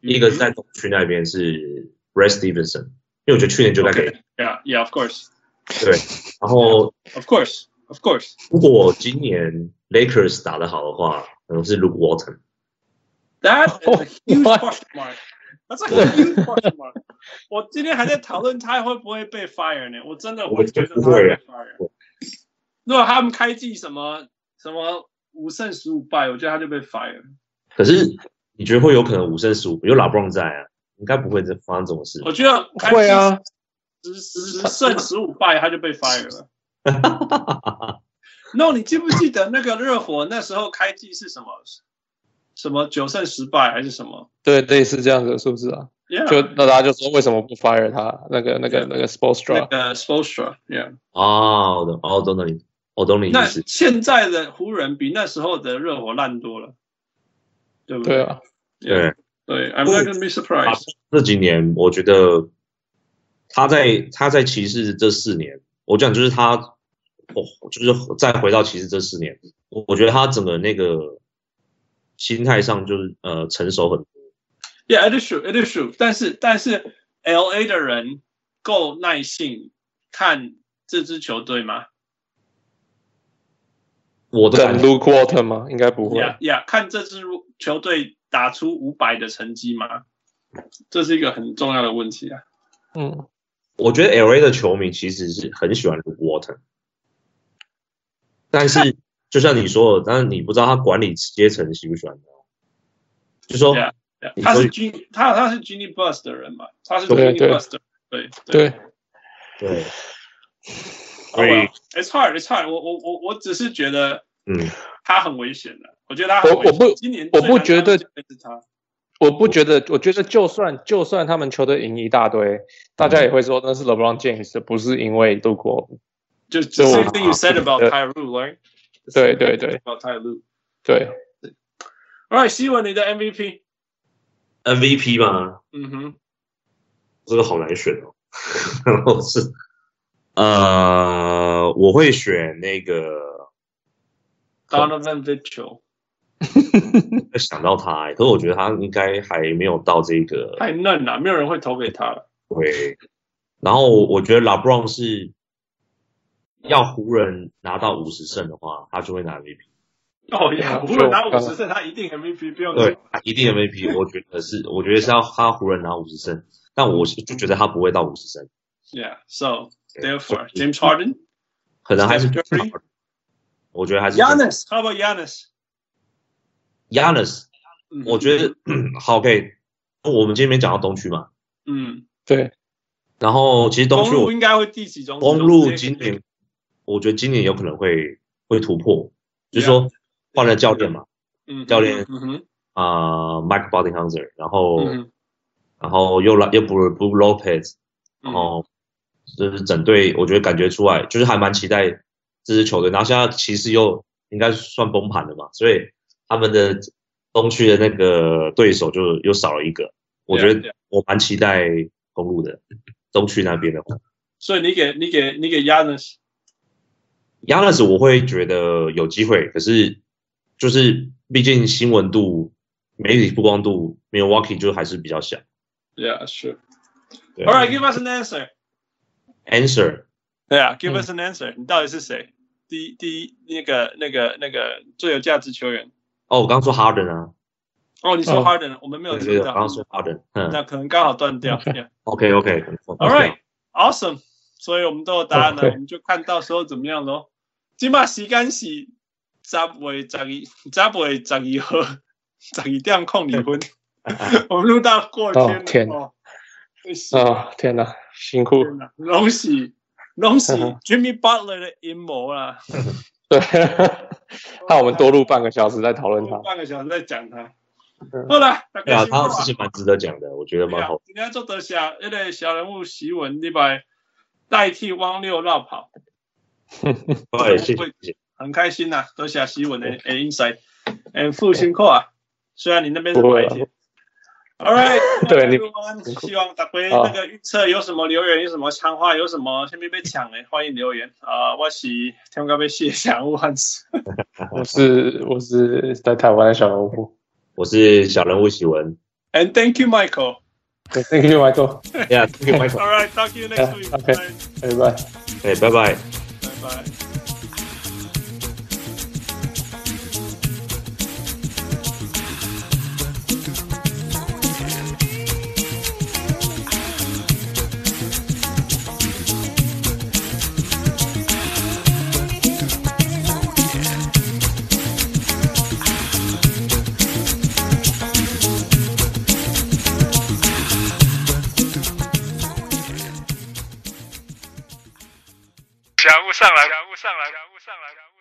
B: 嗯
C: 一个是在东区那边是 Ray Stevenson，因为我觉得去年就该给
B: OK Yeah, yeah, of course,
C: 对。然后
B: of course, of course.
C: 如果今年 Lakers 打得好的话，可能是 Luke Walton，
B: That is a huge
A: What?
B: question mark. That's like a huge question mark. *laughs* 我今天还在讨论他会不会被 fire 呢？我真的会觉得他会啊被 fire。如果他们开季什么什么五胜十五败，我觉得他就被 fire。
C: 可是你觉得会有可能五胜十五？有老布朗在啊，应该不会这发生这种事。
B: 我觉得开季
A: 会啊，
B: 十十胜十五败他就被 fire 了。No，你记不记得那个热火那时候开季是什么？什么九胜十败还是什么
A: 对，类似这样子，是不是啊？
B: ？Yeah，
A: 就那大家就说为什么不 fire 他？那个、那个、那个 Sportstra，
B: 那个 s p o s t r a Yeah。
C: *laughs* 哦，我懂，哦，懂懂你，我懂你意
B: 那
C: 思。
B: 现在的湖人比那时候的热火烂多了，对不
A: 对
B: 对？
A: 啊，
C: 对，
B: 对，I'm not gonna be surprised。
C: 这几年我觉得他在他在骑士这四年，我讲就是他，哦，就是再回到骑士这四年，我我觉得他整个那个心态上就是呃成熟很多。
B: Yeah, it is true, it is true。但是但是，L A 的人够耐性看这支球队吗
C: 我的感
A: 等
C: 觉，
A: Luke Walton 吗？应该不会。
B: ？Yeah, yeah，看这支球队打出五百的成绩吗？这是一个很重要的问题啊。
A: 嗯，
C: 我觉得 L A 的球迷其实是很喜欢 Luke Walton，但
B: *laughs*
C: 是就像你说的，但是你不知道他管理阶层喜不喜欢他，就说
B: Yeah. Yeah，
C: 你
B: 他
C: 说
B: 是 G，他他是 Genie Bus 的人嘛，他是
A: 对
B: Genie
A: 对
B: Bus 的人，对
A: 对，
C: 对，
B: Oh
C: 所以
B: well, it's hard, it's hard 我。我我我只是觉得
C: 嗯，
B: 他很危险的，我觉得他很危险
A: 我我不
B: 今年
A: 我不觉得
B: 最难当的就是他，
A: 我不觉得，我觉得就算就算他们球队赢一大堆，大家也会说那是 LeBron James，不是因为 Luke Walton。
B: 就
A: 这我
B: same thing you said about
A: 对
B: Ty Lue, right?
A: 对对对
B: about Ty Lue.
A: 对，
B: All right，希文你的 MVP，
C: MVP 嘛，
B: 嗯哼，
C: 这个好难选哦。 *laughs* 然后是，呃，我会选那个，
B: Donovan Mitchell
C: 想到他、欸可是我觉得他应该还没有到这个
B: 太嫩了，没有人会投给他
A: *laughs*
B: 了。
C: 对。然后我觉得 LeBron 是要湖人拿到五十胜的话，他就会拿 MVP。
B: 哦
A: 对
B: 呀，
A: 啊
B: 湖人拿
A: 就
B: 五十胜，他一定 MVP，不用
C: 对，他一定 MVP，我觉得是，我觉得是要他湖人拿五十胜，但我是就觉得他不会到五十胜，
B: ，Yeah，so
C: 对
B: therefore James Harden,
C: 可能还是
B: Steph Curry？
C: 我觉得还是
B: Giannis, how about Giannis？
C: Yanis，
B: 嗯
C: 我觉得 *clears throat* 好，OK。我们今天没讲到东区嘛，
B: 嗯，
A: 对，
C: 然后其实东
B: 公
C: 区
B: 路
C: 我
B: 应该会第几中？
C: 公路今年，我觉得今年有可能会会突破，就是说换了教练嘛，
B: 嗯，
C: 教练哦
B: 嗯哼，
C: 啊、m i k e Bodenhauser，然后、
B: 嗯哼，
C: 然后又来又补了 Blue Lopez，
B: 嗯
C: 然后就是整队，我觉得感觉出来就是还蛮期待这支球队，然后现在骑士又应该算崩盘了嘛，所以他们的东区的那个对手就又少了一个，我觉
B: Yeah, yeah.
C: 得我蛮期待公路的东区那边的话。
B: 所以你给你给你给 Yanis，
C: 亚纳斯我会觉得有机会，可是就是毕竟新闻度、媒体曝光度，Milwaukee 就还是比较小。
B: Yeah, sure.
C: 对啊
B: All right, give us an answer.
C: answer
B: 对啊，give
A: 嗯
B: us an answer. 你到底是谁？第一，第一，那个、那个、那个最有价值球员。
C: 哦，我刚说 Harden 啊，
B: 哦，你说
A: 哦
B: Harden，我们没有
C: 对
B: 听
C: 对，我
B: 到
C: 刚，刚说 Harden，
B: *laughs*
C: 嗯
B: 那可能刚好断掉。Yeah.
C: ，OK OK，可能
B: All right, awesome. 所以我们都有答案了，
A: OK
B: 我们就看到时候怎么样咯。今晚时间是十月十二，十月十二号，十二点控离婚。我们录到过天哦了。
A: 哦天哪
B: 哦真是
A: 啊、天哪，辛苦。
B: 拢是拢是 Jimmy Butler 的阴谋啊啦。
A: 对， *laughs* 怕我们多录半个小时在讨论他。
B: 半个小时在讲他
A: 嗯。
B: 好啦，大
C: 对
B: 家
C: 啊，
B: 辛苦
C: 他
B: 啊
C: 的事情蛮值得讲的，我觉得蛮好。
B: 今天做得下，那个小人物习文，你把代替汪六绕跑，啊
C: 对，谢谢谢谢。
B: 很开心啊呐、多谢习文的诶 insight，嗯，父辛苦啊。虽然你那边是
A: 不会
B: 白
A: 啊
B: 天。All right，
A: *laughs* 对你啊辛苦
B: 希望大家那个预测有什么留言，有什么强化，有什么下面被抢的，欢迎留言啊、我是天高被谢翔武汉子。
A: 我是我是在台湾的小农夫。
C: 我是小人物喜文
B: *laughs* And thank you, Michael.
A: Thank you, Michael。
C: ，Yeah，thank you
B: *laughs*
C: Michael，
B: All right, talk to you next week.
A: Yeah, okay.
B: Bye.
A: 拜拜。
C: 哎，拜拜。
B: Bye bye. 强物上来，强物上来，强物上来。